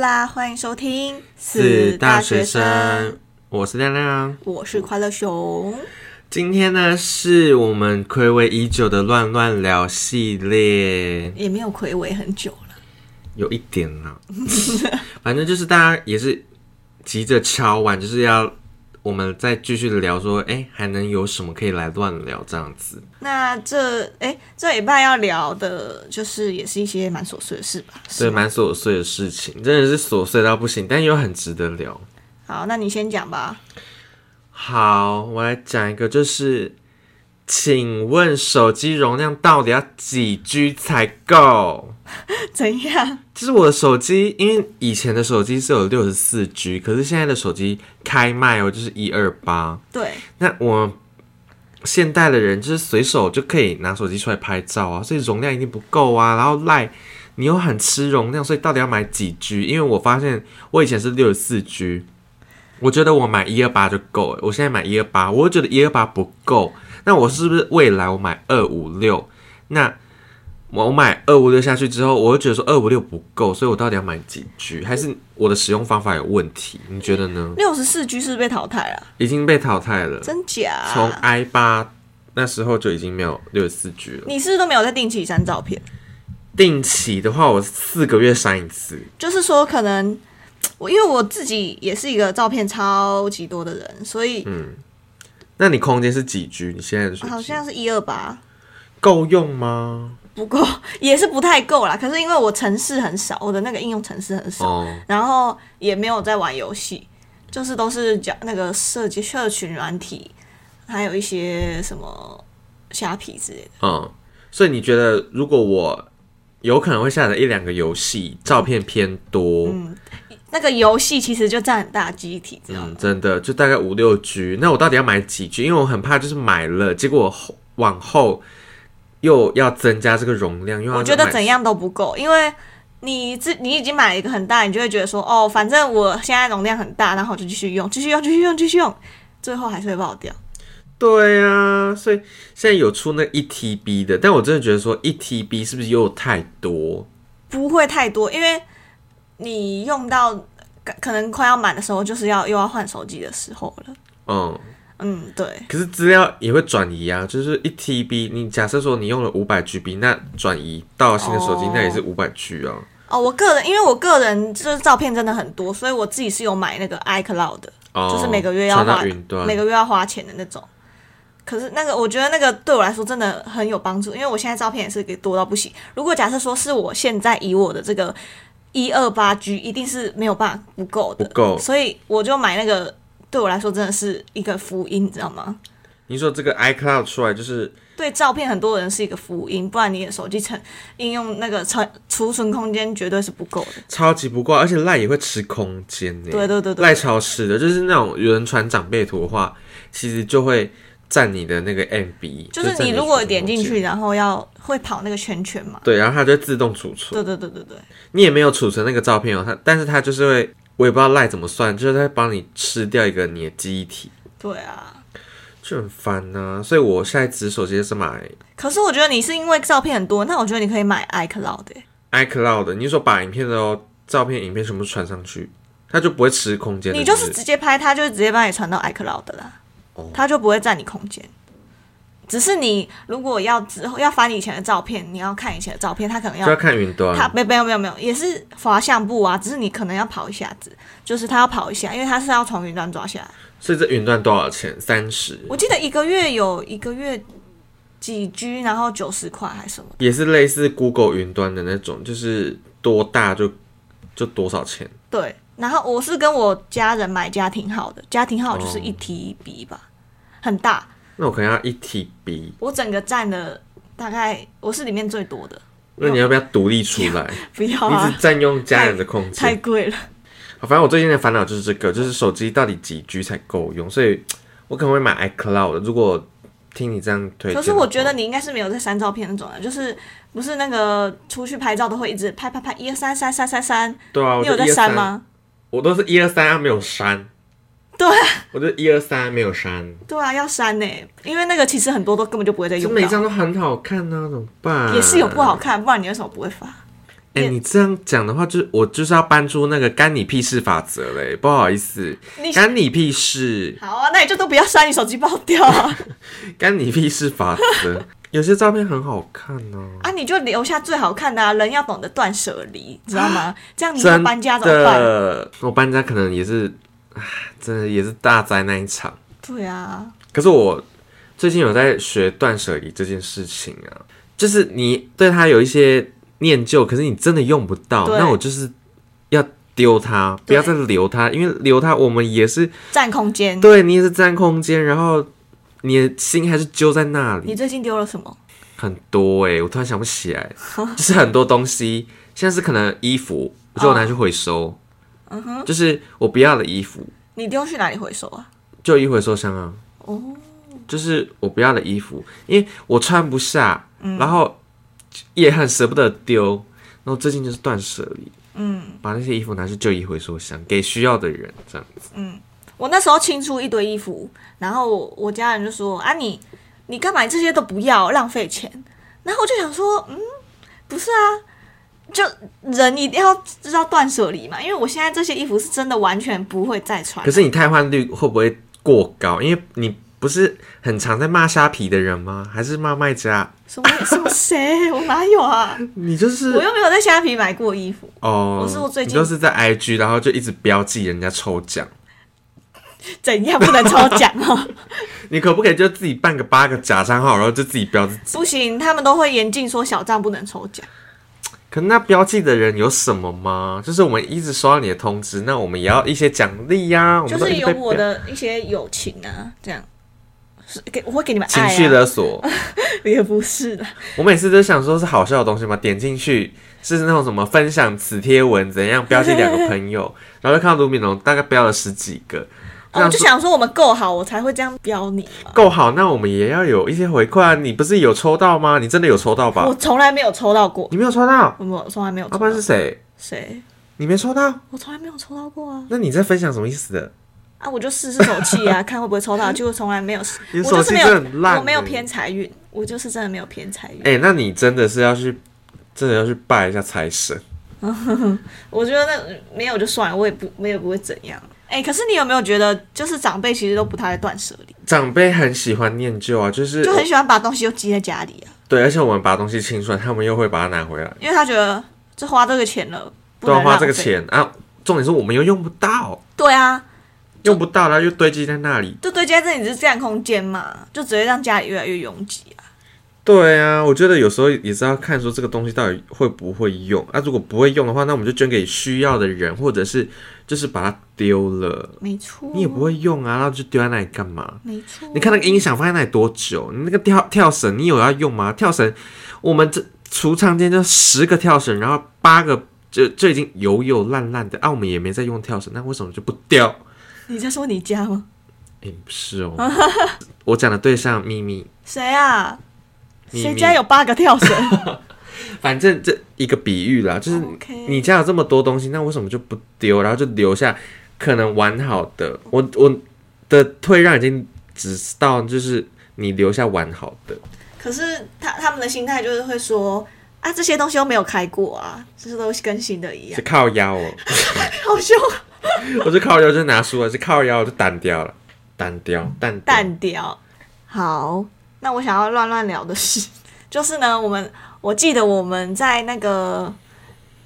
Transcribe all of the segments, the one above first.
家欢迎收听是大学生，，我是亮亮。我是快乐熊。今天呢，是我们暌违已久的乱乱聊系列，也没有暌违很久了，有一点 啦。反正就是大家也是急着敲完，就是要我们再继续聊说，哎、还能有什么可以来乱聊这样子？那这哎这礼拜要聊的就是也是一些蛮琐碎的事吧？对，是吗蛮琐碎的事情，真的是琐碎到不行，但又很值得聊。好，那你先讲吧。 好，我来讲一个，就是，请问手机容量到底要几 G 才够？怎样？就是我的手机，因为以前的手机是有六十四 G，可是现在的手机开卖哦，就是一二八。对，那我现代的人就是随手就可以拿手机出来拍照啊，所以容量一定不够啊。然后赖你又很吃容量，所以到底要买几 G？因为我发现我以前是六十四 G，我觉得我买一二八就够了。我现在买一二八，我又觉得一二八不够。那我是不是未来我买二五六？那我买二五六下去之后，我又觉得说二五六不够，所以我到底要买几 G？还是我的使用方法有问题？你觉得呢？六十四 G 是不是被淘汰了，已经被淘汰了，真假？呃从 i 八那时候就已经没有六十四 G 了。你是不是都没有在定期删照片？定期的话，我四个月删一次。就是说，可能我因为我自己也是一个照片超级多的人，所以嗯那你空间是几 G？你现在的手机好像是一二八。够用吗？不够， 也是不太够啦。可是因为我城市很少，我的那个应用城市很少，哦，然后也没有在玩游戏，就是都是讲那个设计社群软体，还有一些什么虾皮之类的。嗯，所以你觉得如果我有可能会下载一两个游戏，照片偏多，嗯那个游戏其实就占很大机体，知道吗？真的就大概五六 G。那我到底要买几 G？因为我很怕就是买了，结果后往后又要增加这个容量，又要我觉得买怎样都不够，因为你自你已经买了一个很大，你就会觉得说，哦，反正我现在容量很大，然后我就继续用，继续用，继续用，继续用，最后还是会爆掉。对啊，所以现在有出那一 TB 的，但我真的觉得说一 TB 是不是又太多？不会太多，因为你用到可可能快要满的时候，就是要又要换手机的时候了。嗯，嗯，对，可是资料也会转移啊，就是一 TB，你假设说你用了五百 GB，那转移到新的手机哦那也是五百 G 啊。哦，我个人因为我个人就是照片真的很多，所以我自己是有买那个 iCloud 的，哦，就是每个月要传花到云端，每个月要花钱的那种。可是那个，我觉得那个对我来说真的很有帮助，因为我现在照片也是给多到不行。如果假设说是我现在以我的这个一二八 G，一定是没有办法不够的，不够所以我就买那个，对我来说真的是一个福音，你知道吗？你说这个 iCloud 出来就是对照片，很多人是一个福音，不然你的手机存应用那个存储存空间绝对是不够的。超级不够，而且赖也会吃空间呢。对对对对赖超市的，就是那种有人传长辈图的话，其实就会占你的那个 MB，就是占你的如果储存点进空间去，然后要会跑那个圈圈嘛？对，然后它就会自动储存。对对对对对，你也没有储存那个照片哦，它，但是它就是会，我也不知道赖怎么算，就是它会帮你吃掉一个你的记忆体，对啊。就很烦呐、所以我现在只手机是买可是我觉得你是因为照片很多，那我觉得你可以买 iCloud 欸、 iCloud 的，你说把影片的哦，照片、影片全部传上去，它就不会吃空间的。你就是是不直接拍，它就直接帮你传到 iCloud 的啦，它就不会占你空间。只是你如果要之后要翻你以前的照片，你要看以前的照片，它可能要就要看云他端，没没有没有没有，也是滑向步啊，只是你可能要跑一下子，就是他要跑一下，因为他是要从云端抓下来。所以这云端多少钱？三十，我记得一个月有一个月几 G，然后九十块还是什么，也是类似 Google 云端的那种，就是多大就就多少钱。对。然后我是跟我家人买家庭号的，家庭号就是哦一 TB 吧，很大，那我可能要一 TB，我整个占了大概我是里面最多的，那你要不要独立出来？ 不要你啊只，占用家人的空间太。贵了。好哦反正我最近的烦恼就是这个，就是手机到底几 G 才够用，所以我可能会买 iCloud。如果听你这样推荐的话，可是我觉得你应该是没有在删照片那种人，就是不是那个出去拍照都会一直拍拍拍，一二三三三三三，对啊，我你有就在一二删三？吗？我都是一二三啊没有删， 对啊，我就一二三没有删，对啊，要删呢、因为那个其实很多都根本就不会再就用每到，张都很好看呢、啊，怎么办？也是有不好看，不然你为什么不会发？哎、你这样讲的话，就是我就是要搬出那个干你屁事法则嘞，不好意思你，干你屁事，好啊，那你就都不要删，你手机爆掉啊！ 干你屁事法则。有些照片很好看哦、啊，你就留下最好看的啊！人要懂得断舍离，你知道吗？这样你以后啊真搬家怎么办？的，我搬家可能也是，唉真的也是大灾难一场。对啊，可是我最近有在学断舍离这件事情啊，就是你对它有一些念旧，可是你真的用不到，对那我就是要丢它，不对要再留它，因为留它我们也是占空间。对你也是占空间，然后你的心还是揪在那里你，最近丢了什么？很多哎、我突然想不起来， 就是很多东西，现在是可能衣服，我就拿去回收，嗯就是我不要的衣服，你丢去哪里回收啊？旧衣回收箱啊。哦，就是我不要的衣服，因为我穿不下，然后也很舍不得丢。然后最近就是断舍离，嗯，把那些衣服拿去旧衣回收箱给需要的人，这样。我那时候清出一堆衣服，然后我我家人就说：“啊你，你干嘛这些都不要，浪费钱？”然后我就想说：“嗯，不是啊，就人一定要知道断舍离嘛，因为我现在这些衣服是真的完全不会再穿。”可是你汰换率会不会过高？因为你不是很常在骂虾皮的人吗？还是骂卖家？什么什么谁？我哪有啊？你就是我又没有在虾皮买过衣服，哦，我是我最近你都是在 IG，然后就一直标记人家抽奖，怎样不能抽奖 哦？你可不可以就自己办个八个假账号，然后就自己标自己？不行，他们都会严禁说小账不能抽奖。可那标记的人有什么吗？就是我们一直收到你的通知，那我们也要一些奖励呀、我就们都是一直有被我标的一些友情啊，这样是给我会给你们爱、情啊、绪勒索。也不是啦，我每次都想说是好笑的东西嘛，点进去是那种什么分享此贴文怎样标记两个 朋友，然后就看到卢敏龙大概标了十几个，哦我就想说我们够好，我才会这样标你嘛。够好，那我们也要有一些回馈啊！你不是有抽到吗？你真的有抽到吧我？从来没有抽到过，你没有抽到，我我从来没有抽到老板是谁？谁，你没抽到？我从来没有抽到过啊那你在分享什么意思的？啊！我就试试手气啊， 看会不会抽到，结果从来没有，你我手就气是没有真的很，烂我没有欸偏财运，我就是真的没有偏财运。哎、那你真的是要去，真的要去拜一下财神。我觉得那没有就算了，我也不我也不会怎样。哎、可是你有没有觉得，就是长辈其实都不太会断舍离，长辈很喜欢念旧啊，就是就很喜欢把东西都积在家里啊，对，而且我们把东西清算，他们又会把它拿回来，因为他觉得这花这个钱了，不都要能花这个浪费。钱啊。重点是我们又用不到，对啊，用不到，然后又堆积在那里。就堆积在这里是占空间嘛，就只会让家里越来越拥挤啊。对啊，我觉得有时候也是要看说这个东西到底会不会用啊。如果不会用的话，那我们就捐给需要的人，或者是就是把它丢了，没错，你也不会用啊，那就丢在那里干嘛？没错。你看那个音响放在那里多久？你那个跳跳绳，你有要用吗？跳绳，我们这储藏间就十个跳绳，然后八个就就已经油油烂烂的啊，我们也没在用跳绳，那为什么就不掉？你在说你家吗？ 哎、不是哦， 我讲的对象秘密，谁啊？秘密谁家有八个跳绳？反正这一个比喻啦，就是 OK 你家有这么多东西，那为什么就不丢，然后就留下可能完好的？我我的退让已经只到就是你留下完好的。 可是他他们的心态就是会说啊，这些东西都没有开过啊，就是都跟新的一样是，靠腰哦，好凶，啊 我是靠腰就拿书了，是靠腰就单掉了，单掉单淡掉。好，那我想要乱乱聊的是， 就是呢，我们我记得我们在那个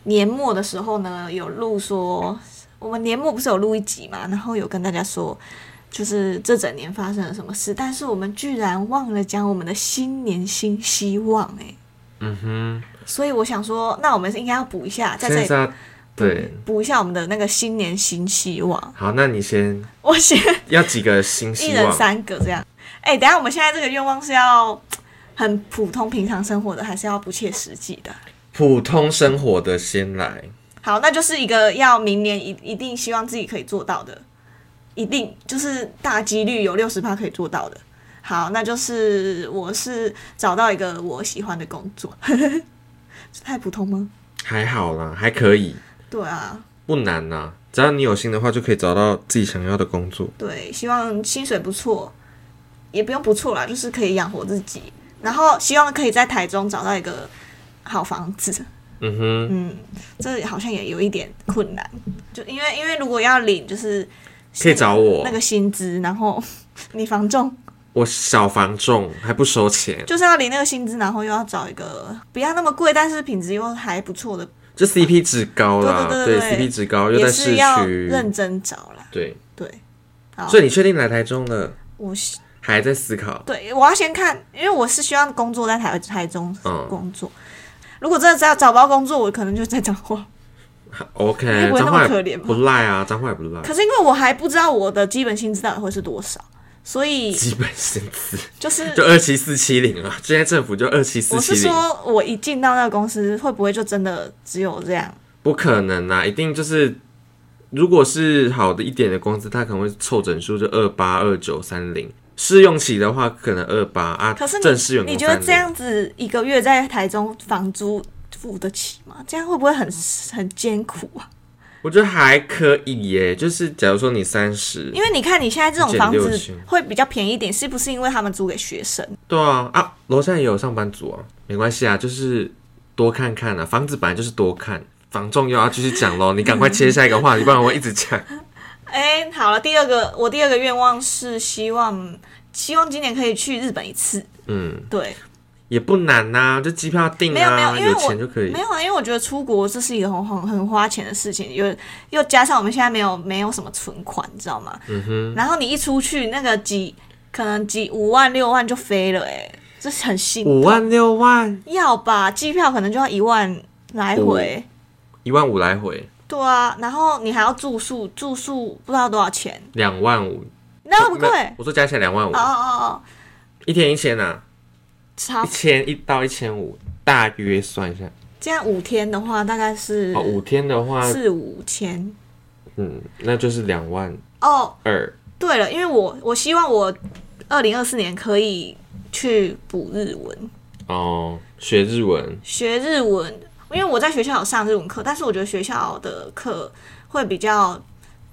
年末的时候呢，有录说，我们年末不是有录一集嘛，然后有跟大家说。就是这整年发生了什么事，但是我们居然忘了讲我们的新年新希望哎、嗯所以我想说，那我们应该要补一下，哼，在这现里在要对，补一下我们的那个新年新希望。好，那你先我先要几个新一希人望？三个这样。哎、等一下我们现在这个愿望是要很普通平常生活的，还是要不切实际的？普通生活的先来，好，那就是一个要明年一一定希望自己可以做到的，一定就是大几率有六十趴可以做到的。好，那就是我是找到一个我喜欢的工作， 这太普通吗？还好啦，还可以，对啊，不难啦，只要你有心的话，就可以找到自己想要的工作。对，希望薪水不错，也不用不错啦，就是可以养活自己。然后希望可以在台中找到一个好房子，嗯哼，嗯，这好像也有一点困难，就因为因为如果要领就是可以找我那个薪资，然后 你房仲我小房仲还不收钱，就是要领那个薪资，然后又要找一个不要那么贵，但是品质又还不错的，就 CP 值高啦，对对对对 CP 值高又也在是市要区，认真找啦。对，对，好，所以你确定来台中了，我是还在思考，对我要先看，因为我是希望工作在台台中嗯工作。如果真的只要找不到工作，我可能就在彰化。 OK，哎也不会那脏么话可也怜吧不赖啊，脏话也不赖，可是因为我还不知道我的基本薪资到底会是多少，所以基本薪资 就是就二七四七零啊，现在政府就二七四我是七零，说，我一进到那个公司，会不会就真的只有这样？不可能啊，一定就是。如果是好的一点的公司，它可能会凑整数，就二八二九三零。试用期的话，可能二八啊。可是正式员你工你觉得30这样子一个月在台中房租付得起吗？这样会不会嗯很很艰苦啊？我觉得还可以耶，就是假如说你三十，因为你看你现在这种减房六子千会比较便宜一点，是不是因为他们租给学生？对啊啊，楼下也有上班族啊，没关系啊，就是多看看啊，房子本来就是多看。房仲又要继续讲喽，你赶快切下一个话题，不然我一直讲。哎、好了，第二个我第二个愿望是希望希望今年可以去日本一次。嗯，对，也不难呐、就机票订没有没有，啊，因为我钱就可以没。有啊，因为我觉得出国这是一个很很很花钱的事情，又又加上我们现在没有没有什么存款，你知道吗？嗯哼。然后你一出去，那个几可能几五万六万就飞了、欸，哎，这是很心五万六万，要吧？机票可能就要一万来回，哦一万五来回，对啊，然后你还要住宿，住宿不知道多少钱，两万五，那么贵？没有我说加起来两万五哦，哦哦，一天一千呐、差一千一到一千五，大约算一下。这样五天的话大概是哦，五天的话，四五千。嗯，那就是两万哦，二。对了，因为我我希望我二零二四年可以去补日文，哦，学日文，学日文，因为我在学校有上日文课，但是我觉得学校的课会比较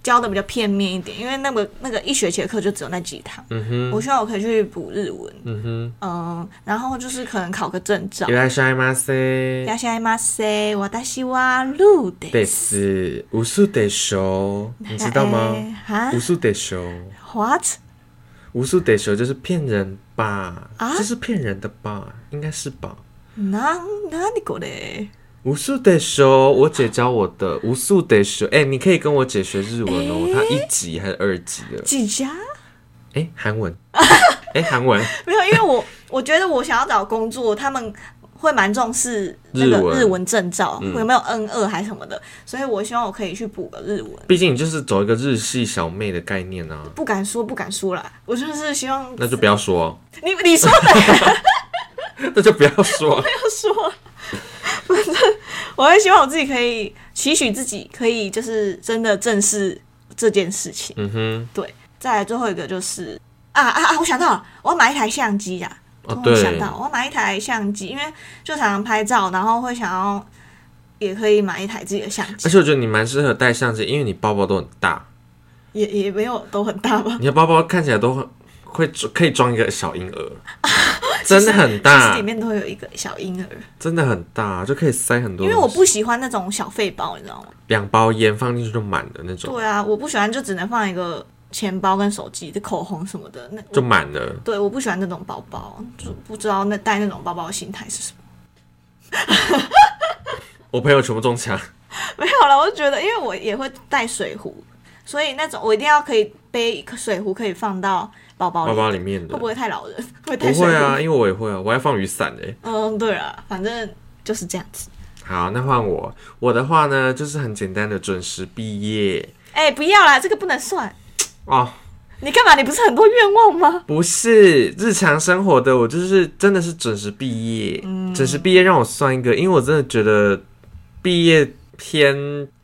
教的比较片面一点，因为那个那个一学期的课就只有那几堂。嗯哼，我希望我可以去补日文，嗯哼，嗯，然后就是可能考个证照い。らっしゃいませ。要下马塞，我达西哇路的，得是无数得熟，你知 道吗？哎？哈无数得熟， ，what？无数得熟就是骗人吧？啊这是骗人的吧？应该是吧？那那你过嘞？无数得熟，我姐教我的。无数得熟，哎、你可以跟我姐学日文哦，她一级还是二级的？几家？哎、韩文，哎、韩文，没有，因为我 我觉得我想要找工作，他们会蛮重视那个日文嗯日文证照，有没有 N 二还是什么的，所以我希望我可以去补个日文。毕竟你就是走一个日系小妹的概念啊，不敢说，不敢说啦，我就是希望那就不要说哦，你你说的那就不要 说。要说，反正 我会希望我自己可以期许自己可以就是真的正视这件事情。嗯哼，对，再来最后一个就是啊啊啊！我想到了，我要买一台相机呀、哦突然想对到，我要买一台相机，因为就常常拍照，然后会想要也可以买一台自己的相而机，且我觉得你蛮适合带相机，因为你包包都很大。也也没有都很大 吧，你的包包看起来都很会装可以装一个小婴 儿，真的很其实大里，面都会有一个小婴儿，真的很大，就可以塞很多因东西。为我不喜欢那种小费包，你知道吗？两包烟放进去就满的那种，对啊，我不喜欢就只能放一个钱包跟手机、口红什么的，那就满了。对我不喜欢那种包包，就不知道那带那种包包的心态是什么。 我朋友全部中枪，哦没有了，我就觉得，因为我也会带水壶，所以那种我一定要可以背一个水壶，可以放到包包里。包包里面的会不会太老人？ 会带不水会壶？啊，因为我也会啊，我还放雨伞嘞。嗯，对啊，反正就是这样子。好，那换我，我的话呢就是很简单的准时毕业哎、不要啦，这个不能算。哦，你干嘛？你不是很多愿望吗？不是日常生活的，我就是真的是准时毕业，嗯准时毕业让我算一个，因为我真的觉得毕业偏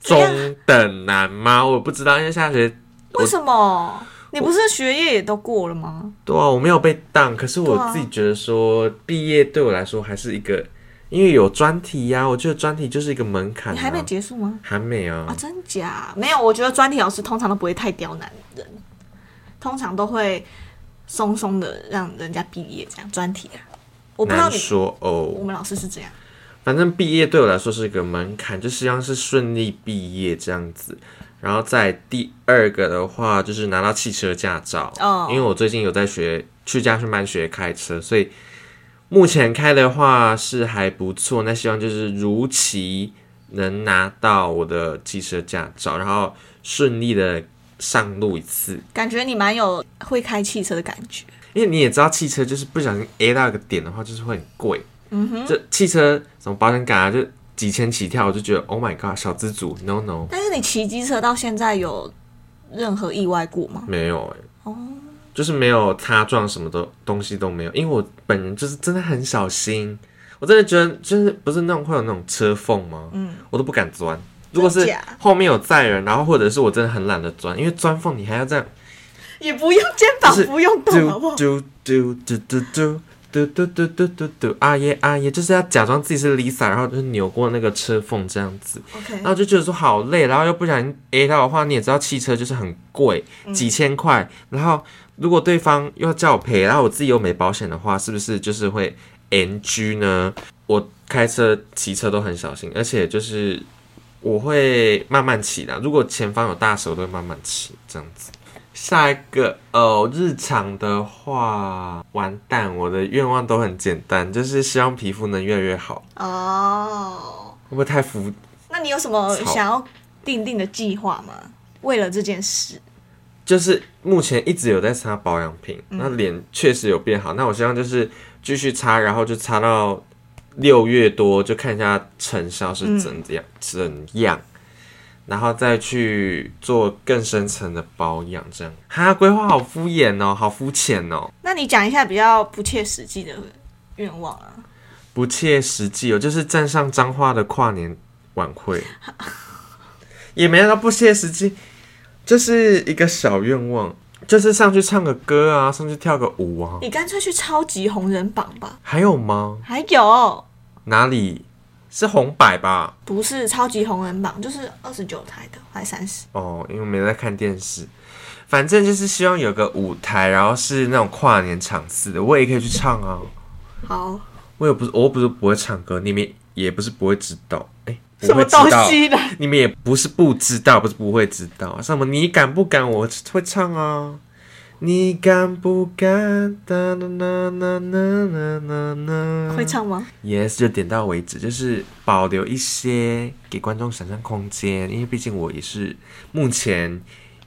中等难吗？我不知道，因为下学为什么？你不是学业也都过了吗？对啊，我没有被当，可是对我啊自己觉得说毕业对我来说还是一个，因为有专题呀、我觉得专题就是一个门槛、啊，你还没结束吗？还没啊，啊，真假？没有，我觉得专题老师通常都不会太刁难人，通常都会松松的让人家毕业，这样专题啊。我不知道难你，说我哦。们老师是这样。反正毕业对我来说是一个门槛，就希望是顺利毕业这样子。然后在第二个的话，就是拿到汽车驾照，哦因为我最近有在学去家训班学开车，所以目前开的话是还不错。那希望就是如期能拿到我的汽车驾照，然后顺利的上路一次。感觉你蛮有会开汽车的感觉。因为你也知道，汽车就是不小心 A 到一个点的话，就是会很贵。嗯哼，这汽车什么保险杆啊，就几千起跳，我就觉得 Oh my God，小资族，No No，但是你骑机车到现在有任何意外过吗？没有哎、就是没有擦撞什么的东西都没有，因为我本人就是真的很小心，我真的觉得就是不是那种会有那种车缝吗？嗯，我都不敢钻。如果是真假后面有载人，然后或者是我真的很懒得钻，因为钻缝你还要这样也不用肩膀就是不用动，好不好？嘟嘟嘟嘟嘟嘟嘟嘟嘟嘟嘟，啊耶啊耶，就是要假装自己是 Lisa，然后就是扭过那个车缝这样子， OK，然后就觉得说好累，然后又不小心 A 到的话，你也知道汽车就是很贵，几千块，然后如果对方又要叫我赔，然后我自己又没保险的话，是不是就是会 NG 呢？我开车、骑车都很小心，而且就是我会慢慢骑的，如果前方有大蛇，我都会慢慢骑这样子。下一个哦，日常的话，完蛋，我的愿望都很简单，就是希望皮肤能越来越好。哦，会不会太浮那你有什么草想要定定的计划吗？为了这件事，就是目前一直有在擦保养品，那脸确实有变好。那我希望就是继续擦，然后就擦到六月多，就看一下成效是怎样、怎样，然后再去做更深层的保养。这样，哈，规划好敷衍哦，好肤浅哦，那你讲一下比较不切实际的愿望啊。不切实际哦，就是站上彰化的跨年晚会，也没到不切实际，就是一个小愿望。就是上去唱个歌啊，上去跳个舞啊，你干脆去超级红人榜吧。还有吗？还有，哪里是红白吧？不是超级红人榜，就是二十九台的，还三十。哦，因为没在看电视。反正就是希望有个舞台，然后是那种跨年场次的，我也可以去唱啊。好，我也不是，我又不是不会唱歌，你们也不是不会知道。哎、什么我会知东道，西的？你们也不是不知道，不是不会知道。什么你敢不敢？我会唱啊。你敢不敢？哒啦啦啦啦啦啦啦。会唱吗？ Yes，就点到为止，就是保留一些给观众想象空间，因为毕竟我也是目前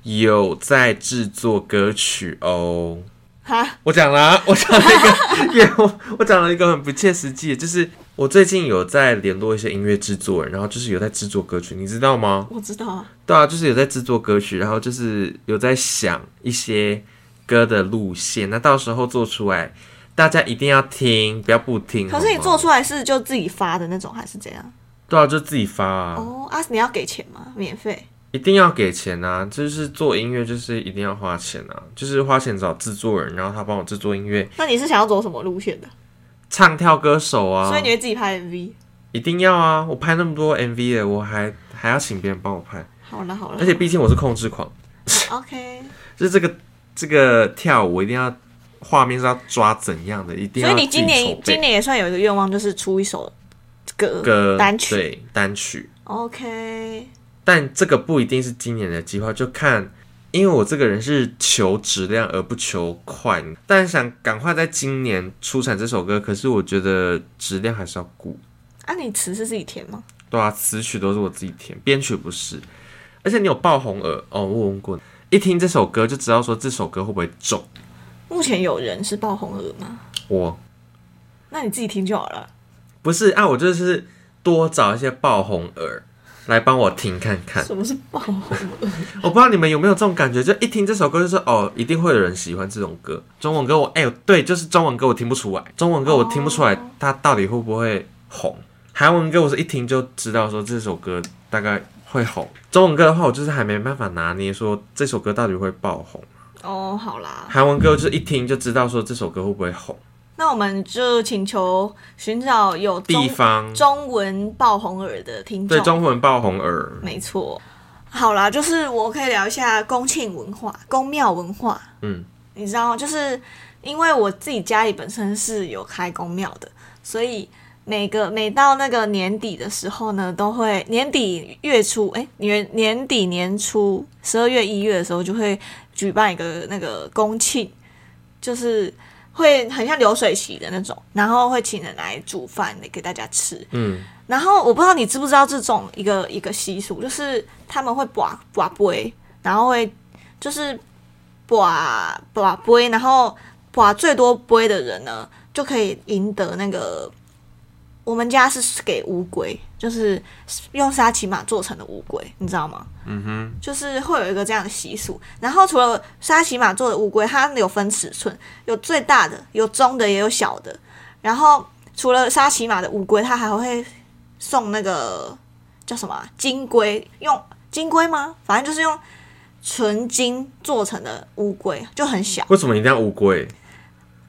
有在制作歌曲哦。哈，我讲了，啊 我讲了一个 愿望，我讲了一个很不切实际的，就是我最近有在联络一些音乐制作人，然后就是有在制作歌曲，你知道吗？我知道啊。对啊，就是有在制作歌曲，然后就是有在想一些歌的路线，那到时候做出来，大家一定要听，不要不听。可是你好吗做出来是就自己发的那种，还是怎样？对啊，就自己发啊，哦啊，你要给钱吗？免费？一定要给钱啊！就是做音乐，就是一定要花钱啊，就是花钱找制作人，然后他帮我制作音乐，那你是想要走什么路线的？唱跳歌手啊，所以你会自己拍 MV？一定要啊！我拍那么多 MV 的，我还还要请别人帮我拍，好了好了，而且毕竟我是控制狂， OK，就是这个这个跳舞我一定要画面是要抓怎样的，一定所要以你今自己年筹备今年也算有一个愿望，就是出一首歌歌单曲。对单曲， OK，但这个不一定是今年的计划，就看，因为我这个人是求质量而不求快，但想赶快在今年出产这首歌，可是我觉得质量还是要顾，啊，你词是自己填吗？对啊，词曲都是我自己填，编曲不是，而且你有爆红耳哦，我有问过，一听这首歌就知道说这首歌会不会中目前有人是爆红额吗？我，那你自己听就好了。不是啊，我就是多找一些爆红耳来帮我听看看，什么是爆红 额？ 我不知道你们有没有这种感觉，就一听这首歌就说哦，一定会有人喜欢这种歌。中文歌我哎、对，就是中文歌我听不出来，中文歌我听不出哦来它到底会不会红。韩文歌我是一听就知道说这首歌大概会红，中文歌的话我就是还没办法拿捏说这首歌到底会爆红。哦，好啦，韩文歌就是一听就知道说这首歌会不会红，那我们就请求寻找有中地方中文爆红耳的听对众。中文爆红耳。没错。好啦，就是我可以聊一下宫庆文化、宫庙文化。嗯，你知道，就是因为我自己家里本身是有开宫庙的，所以每个每到那个年底的时候呢，都会年底月初，哎、年年底年初十二月一月的时候就会举办一个那个公庆，就是会很像流水席的那种，然后会请人来煮饭给大家吃。嗯，然后我不知道你知不知道这种一个一个习俗，就是他们会把把杯，然后会就是把把杯，然后把最多杯的人呢就可以赢得那个。我们家是给乌龟，就是用沙琪玛做成的乌龟，你知道吗？嗯哼，就是会有一个这样的习俗。然后除了沙琪玛做的乌龟，它有分尺寸，有最大的，有中的，也有小的。然后除了沙琪玛的乌龟，它还会送那个叫什么啊金龟，用金龟吗？反正就是用纯金做成的乌龟，就很小，为什么一定要乌龟？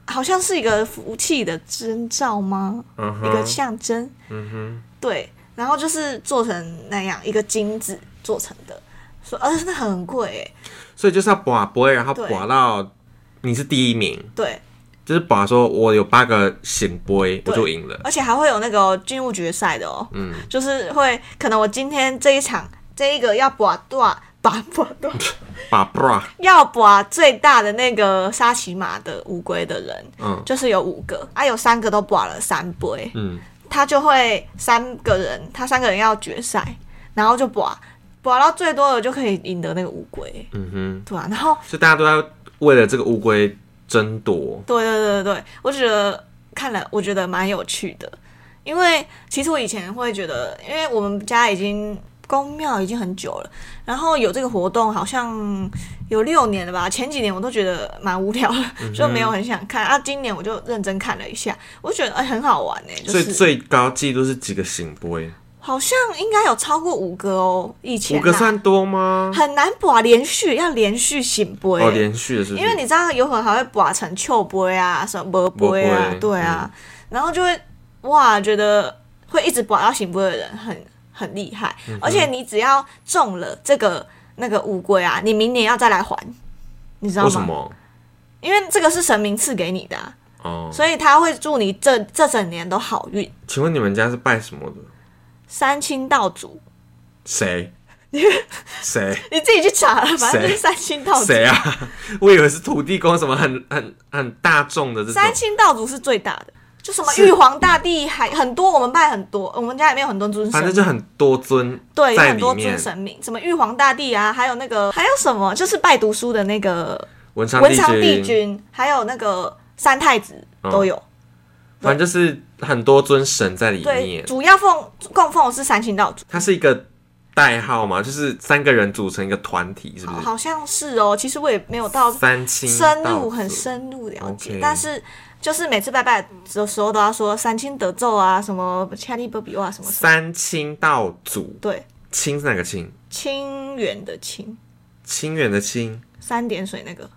好像是一个福气的征兆吗？嗯一个哼，象征。嗯哼，对，然后就是做成那样一个金子做成的，说而且那很贵诶，所以就是要把杯，然后对把到你是第一名，对，就是把说我有八个醒杯，我就赢了。而且还会有那个哦进入决赛的哦，嗯，就是会可能我今天这一场这一个要把断把把断把 bra， 要把最大的那个沙琪玛的乌龟的人，嗯就是有五个，啊有三个都把了三杯，嗯，他就会三个人，他三个人要决赛，然后就把把到最多的就可以赢得那个乌龟，嗯哼，对啊，然后。所以大家都要为了这个乌龟争夺。对对对对，对，我觉得看了我觉得蛮有趣的，因为其实我以前会觉得，因为我们家已经公庙已经很久了，然后有这个活动好像有六年了吧，前几年我都觉得蛮无聊嗯的，就没有很想看啊。今年我就认真看了一下，我觉得哎、很好玩哎、就所以是最高纪录是几个醒杯？好像应该有超过五个哦，以前、五啊、个算多吗？很难把连续要连续醒播、哦，连续的是不是？因为你知道，有可能还会把成秋杯啊、什么杯啊没杯，对啊，然后就会哇，觉得会一直把到醒杯的人很很厉害，嗯而且你只要中了这个那个乌龟啊，你明年要再来还，你知道为什吗？么？因为这个是神明赐给你的啊、哦，所以他会祝你这这整年都好运，请问你们家是拜什么的？三清道祖， 谁？谁？你自己去查了，反正就是谁三清道祖。谁啊？ 我以为是土地公什么很很很大众的这种三。清道祖是最大的，就什么是玉皇大帝还很多，我们拜很多，我们家里面有很多尊神，反正就很多尊对，有在很里多尊面，神明，什么玉皇大帝啊，还有那个还有什么，就是拜读书的那个文昌文昌帝帝君，君，还有那个三太子嗯都有。反正就是很多尊神在里对，面。主要奉供奉的是三清道主，它是一个代号嘛，就是三个人组成一个团体，是不好是？好像是哦。其实我也没有到三清深道入很祖深入了解 OK，但是就是每次拜拜的时候都要说三清得咒啊，什么掐力波比啊哇什么什么，三清道祖，对，清是哪个清？清远的清，清远的清，三点水那个，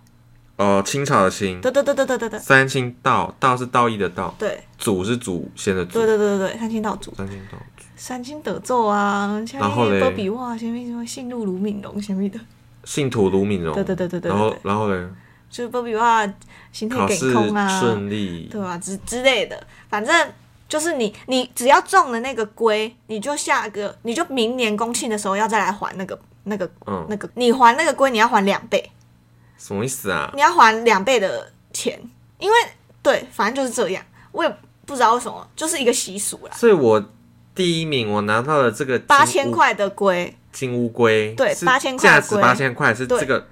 哦，清朝的清。对对对对对对对三清道，道是道义的道，对祖是祖先的祖对。对对对，三清道主。三清道祖，三清得咒啊，像然后那嘞波比哇，前面什么信入卢敏龙，前面的，信徒卢敏荣。对对对对对对哦然后，然后嘞，就是波比哇，心态考给试空啊，顺利。对啊，之之类的，反正就是你你只要中了那个龟，你就下个，你就明年公庆的时候要再来还那个那个嗯，那个，你还那个龟，你要还两倍，什么意思啊？你要还两倍的钱，因为对，反正就是这样，我也不知道为什么，就是一个习俗啦。所以我第一名，我拿到了这个金乌八千块的龟，金乌龟，对是8000块价值龟八千块是对这个。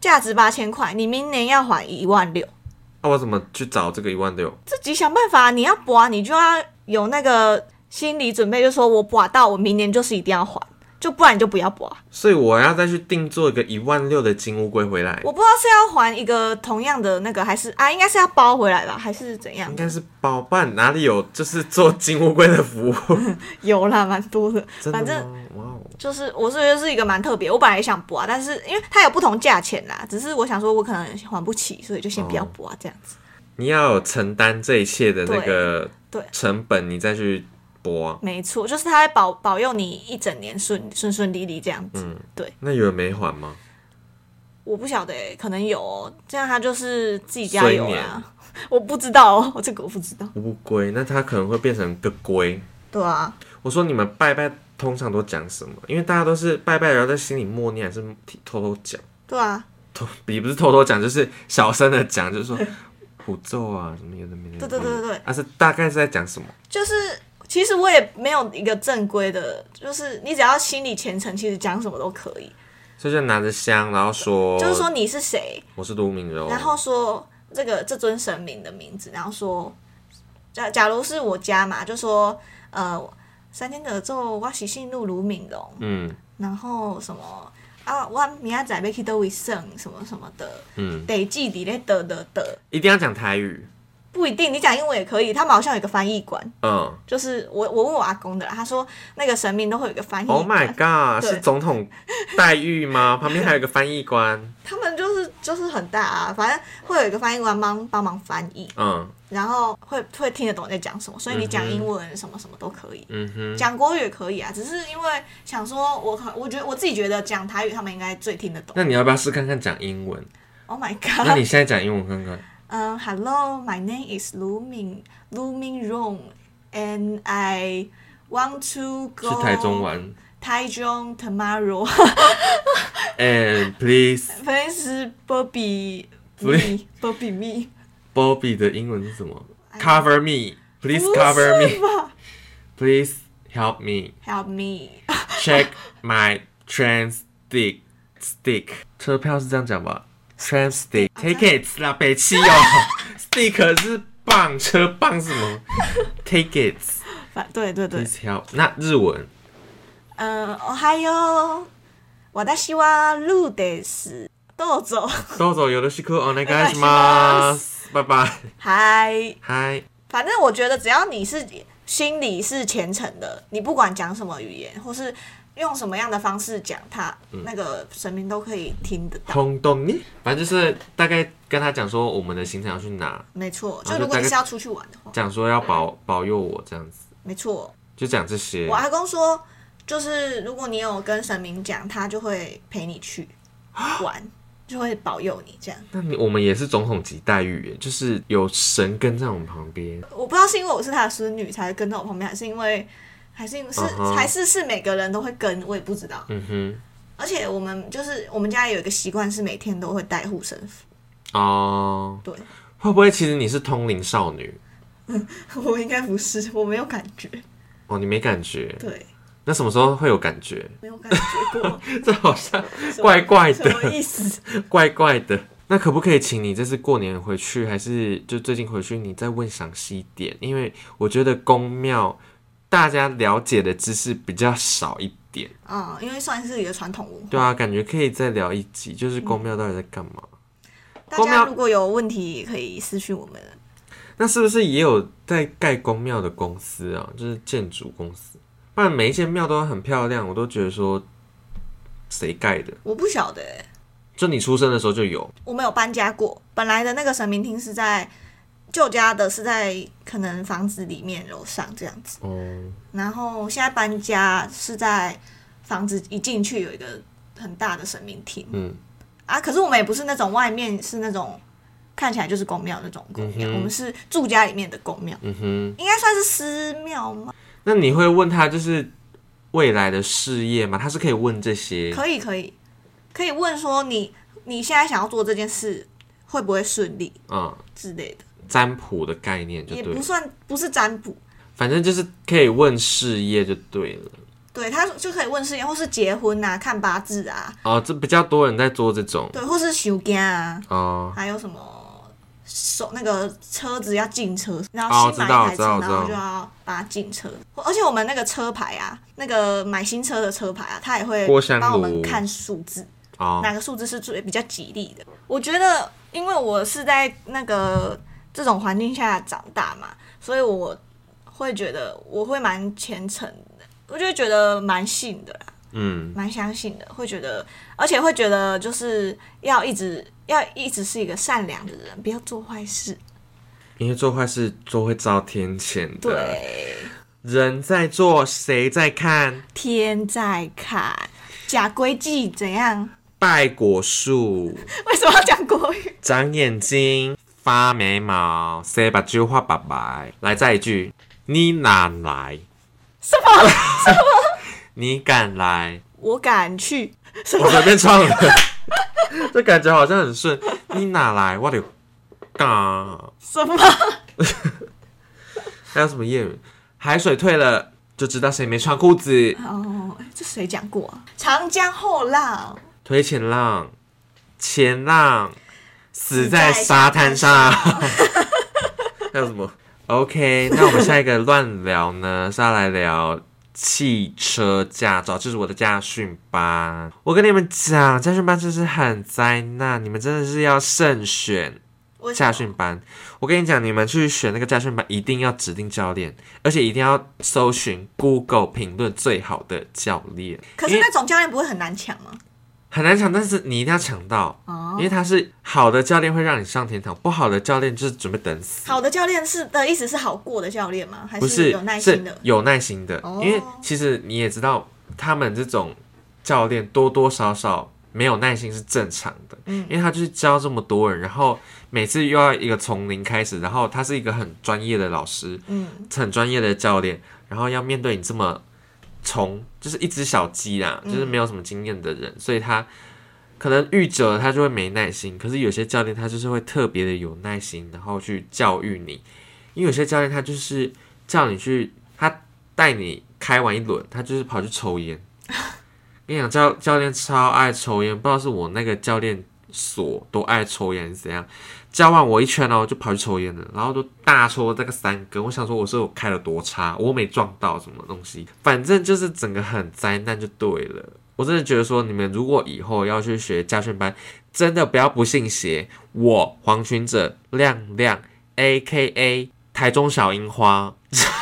价值八千块，你明年要还一万六。那我怎么去找这个一万六？自己想办法。你要拔，你就要有那个心理准备，就说我拔到，我明年就是一定要还，就不然你就不要啊拔。所以我要再去定做一个一万六的金乌龟回来，我不知道是要还一个同样的那个，还是啊，应该是要包回来吧，还是怎样应？该是包办哪里有就是做金乌龟的服务？ 有啦，蛮多的，真反的正。吗？哇哦！就是我是觉得是一个蛮特别，我本来也想拔，但是因为它有不同价钱啦，只是我想说我可能还不起，所以就先不要拔这样子。你要有承担这一切的那个对对成本，你再去啊播。没错，就是它会保嗯保佑你一整年顺顺顺利利这样子。对，那有人没还吗？我不晓得、欸，可能有、哦，这样他就是自己加所以油你啦。 我不知道、哦，我这个我不知道。乌龟，那它可能会变成个龟。对啊，我说你们拜拜通常都讲什么？因为大家都是拜拜，然后在心里默念，还是偷偷讲？对啊，偷也不是偷偷讲，就是小声的讲，就是说符咒啊什么有的没的。嗯对对对对对啊是大概是在讲什么？就是其实我也没有一个正规的，就是你只要心里虔诚，其实讲什么都可以。所以就拿着香，然后说，就是说你是谁，我是卢敏柔，然后说这个这尊神明的名字，然后说，假假如是我家嘛，就说呃三天得咒，我喜信入卢敏荣，嗯然后什么啊，我明仔载要去都会胜什么什么的，嗯，得记底咧得得得，一定要讲台语，不一定，你讲英文也可以，他们好像有一个翻译官，嗯就是我我问我阿公的啦，他说那个神明都会有一个翻译，Oh 官 my god，对是总统待遇吗？旁边还有一个翻译官，他们就是就是很大啊，反正会有一个翻译官帮帮忙翻译，嗯然后会会听得懂在讲什么，所以你讲英文什么什么都可以，嗯哼，讲国语也可以啊，只是因为想说我可我觉得我自己觉得讲台语他们应该最听得懂。那你要不要试看看讲英文？ Oh my 那 god！你现在讲英文看看。嗯、h e l l o my name is Lu Ming Lu Ming Rong，and I want to go 去台中哦玩台中 tomorrow。 ，and please Please Bobby me Please Bobby me Bobby 的英文是什么哎？Cover me，please cover me，please help me。 help me。 Check my train stick stick，车票是这样讲吧？Train stick tickets 啦，北汽哦，stick 是棒，车棒是什么？Tickets 反对对对， please help。那日文嗯，哦嗨哟，我的希望路的是豆走，どうぞよろしくお願お願いしま。いします拜拜，嗨，嗨，反正我觉得只要你是心里是虔诚的，你不管讲什么语言，或是用什么样的方式讲它，那个神明都可以听得到。本当に。反正就是大概跟他讲说我们的行程要去哪，没错，然后就啊就如果大你概是要出去玩的话，讲说要保保佑我这样子，没错。就讲这些我。阿公说，就是如果你有跟神明讲，他就会陪你去玩，就会保佑你这样。那你我们也是总统级待遇耶，就是有神跟在我们旁边。我不知道是因为我是他的孙女才跟在我旁边，还是因为还是因为是、嗯哼还是是每个人都会跟，我也不知道。嗯哼。而且我们就是我们家有一个习惯是每天都会带护身符，哦，对会不会其实你是通灵少女？ 我应该不是，我没有感觉，哦，你没感觉？对，那什么时候会有感觉？ 没有感觉过，这好像 怪怪什么的，意思？怪怪的。那可不可以请你这次过年回去，还是就最近回去，你再问详细一点？因为我觉得宫庙大家了解的知识比较少一点，啊、因为算是一个传统文化。对啊，感觉可以再聊一集，就是宫庙到底在干嘛？大公家庙如果有问题，可以私讯我们。那是不是也有在盖公庙的公司啊？就是建筑公司，不然每一间庙都很漂亮，我都觉得说谁盖的？我不晓得欸、就你出生的时候就有，我们有搬家过，本来的那个神明厅是在旧家的，是在可能房子里面楼上这样子，哦，然后现在搬家是在房子一进去有一个很大的神明厅嗯，啊，可是我们也不是那种外面是那种看起来就是公庙那种公庙，嗯哼我们是住家里面的公庙，嗯哼。应该算是私庙吗？那你会问他就是未来的事业吗？他是可以问这些，可以可以，可以问说你你现在想要做这件事会不会顺利嗯，之类的，占卜的概念就也对不了，算不是占卜。反正就是可以问事业就对了。对他就可以问事情，或是结婚啊、看八字啊，哦，这比较多人在做这种对，或是修家啊，哦，还有什么手那个车子要进车，然哦后新买一台知车，道我知道然我后知就道要把它进车。或而且我们那个车牌啊，那个买新车的车牌啊，他也会郭香炉帮我们看数字，哦，哪个数字是最比较吉利的。我觉得，因为我是在那个这种环境下长大嘛，所以我会觉得我会蛮虔诚的，我就会觉得蛮信的啦。嗯，蛮相信的，会觉得，呃而且会觉得就是要一直要一直是一个善良的人，不要做坏事。因为做坏事做会遭天谴的。对，啊人在做，谁在看？天在看，假规矩怎样？拜果树、 为什么要讲国语？长眼睛、发眉毛、塞把揪画白白。来，再一句，你哪来？什么？你敢来？我敢去？什我么？随便唱的，这感觉好像很顺。你哪来？我的嘎！什么？还有什么谚语？海水退了就知道谁没穿裤子。哦，这谁讲过啊？长江后浪推前浪，前浪死在沙滩上。 还有什么？OK，那我们下一个乱聊呢，是要来聊汽车驾照，就是我的驾训班。我跟你们讲，驾训班真是很灾难，你们真的是要慎选。为什驾么训班，我跟你讲，你们去选那个驾训班，一定要指定教练，而且一定要搜寻 Google 评论最好的教练。可因是为那种教练不会很难抢吗？很难抢，但是你一定要抢到，哦因，为他是好的教练会让你上天堂，不好的教练就是准备等死。好的教练是的意思是好过的教练吗？还不是有耐是心的？有耐心的，哦因为其实你也知道，他们这种教练多多少少没有耐心是正常的，嗯因为他就是教这么多人，然后每次又要一个从零开始，然后他是一个很专业的老师，嗯，很专业的教练，然后要面对你这么从就是一只小鸡啦，嗯就是没有什么经验的人，所以他可能遇久了他就会没耐心。可是有些教练他就是会特别的有耐心，然后去教育你，因为有些教练他就是叫你去，他带你开完一轮，他就是跑去抽烟。跟你讲，教教练超爱抽烟，不知道是我那个教练所多爱抽烟还是怎样。教完我一圈哦，就跑去抽烟了，然后就大抽这个三根。我想说，我说我开了多差，我没撞到什么东西，反正就是整个很灾难就对了。我真的觉得说，你们如果以后要去学驾训班，真的不要不信邪。我黄群者亮亮，A K A 台中小樱花，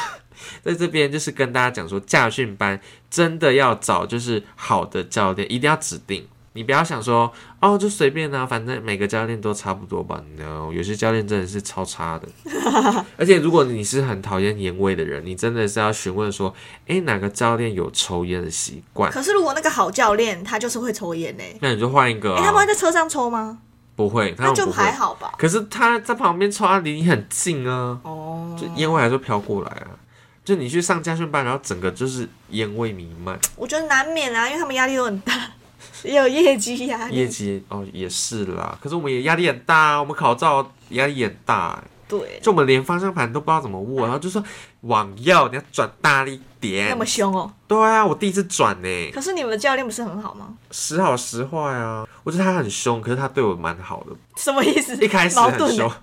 在这边就是跟大家讲说，驾训班真的要找就是好的教练，一定要指定。你不要想说哦，就随便啊，反正每个教练都差不多吧。No，有些教练真的是超差的。而且如果你是很讨厌烟味的人，你真的是要询问说，诶、哪个教练有抽烟的习惯？可是如果那个好教练他就是会抽烟呢、欸？那你就换一个、哎、啊他们会在车上抽吗？不会，他那们就不还会。好吧。可是他在旁边抽，他离你很近啊，哦，就烟味还是会飘过来啊。就你去上家训班，然后整个就是烟味弥漫，我觉得难免啊，因为他们压力都很大， 也有业绩压力。业绩哦也是啦。可是我们也压力很大啊，我们考照压力很大、欸。对，就我们连方向盘都不知道怎么握，然后就说往右，你要转大力那点么。凶哦。对啊，我第一次转呢，可是你们的教练不是很好吗？时好时坏啊。我觉得他很凶，可是他对我蛮好的。什么意思？ 一开始矛很盾凶的。，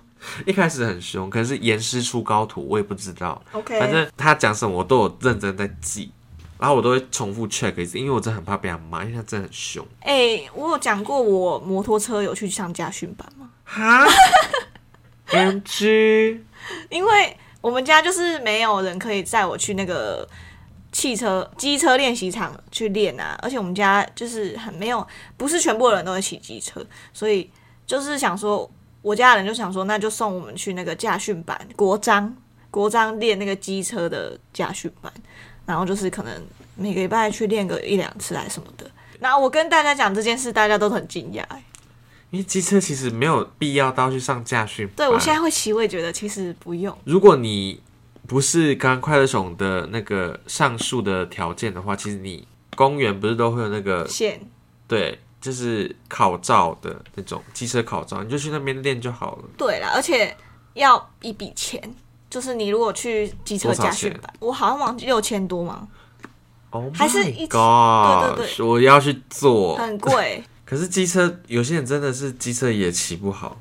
一开始很凶，可是严师出高徒，我也不知道。 OK，反正他讲什么我都有认真在记，然后我都会重复 check 一次，因为我真的很怕被他骂，因为他真的很凶。哎、我有讲过我摩托车有去上家训班吗？ 哈，MG，因为我们家就是没有人可以载我去那个汽车机车练习场去练啊，而且我们家就是很没有，不是全部的人都会骑机车，所以就是想说，我家人就想说，那就送我们去那个驾训班，国章国章练那个机车的驾训班，然后就是可能每个礼拜去练个一两次来什么的。那我跟大家讲这件事，大家都很惊讶、欸。因为机车其实没有必要到去上驾训班。对我现在会骑，我也觉得其实不用。如果你不是刚刚快乐熊的那个上述的条件的话，其实你公园不是都会有那个现对，就是考照的那种机车考照，你就去那边练就好了。对啦，而且要一笔钱，就是你如果去机车驾训班，我好像忘记六千多嘛，哦、还是一起 my God！对对我要去做。很贵。可是机车有些人真的是机车也骑不好，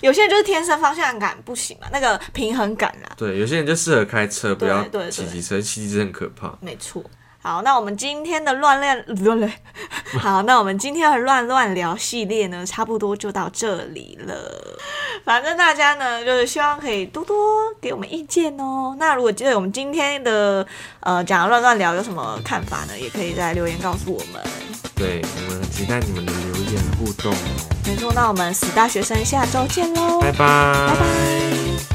有些人就是天生方向感不行嘛，那个平衡感啊啦，对，有些人就适合开车，不对要对对骑机车，骑机车很可怕。没错。好，那我们今天的乱乱乱乱， 好，那我们今天的乱乱聊系列呢，差不多就到这里了。反正大家呢，就是希望可以多多给我们意见哦。那如果对我们今天的呃讲的乱乱聊有什么看法呢，也可以在留言告诉我们。对，我们很期待你们的留言互动哦，没错，那我们死大学生下周见喽，拜拜拜拜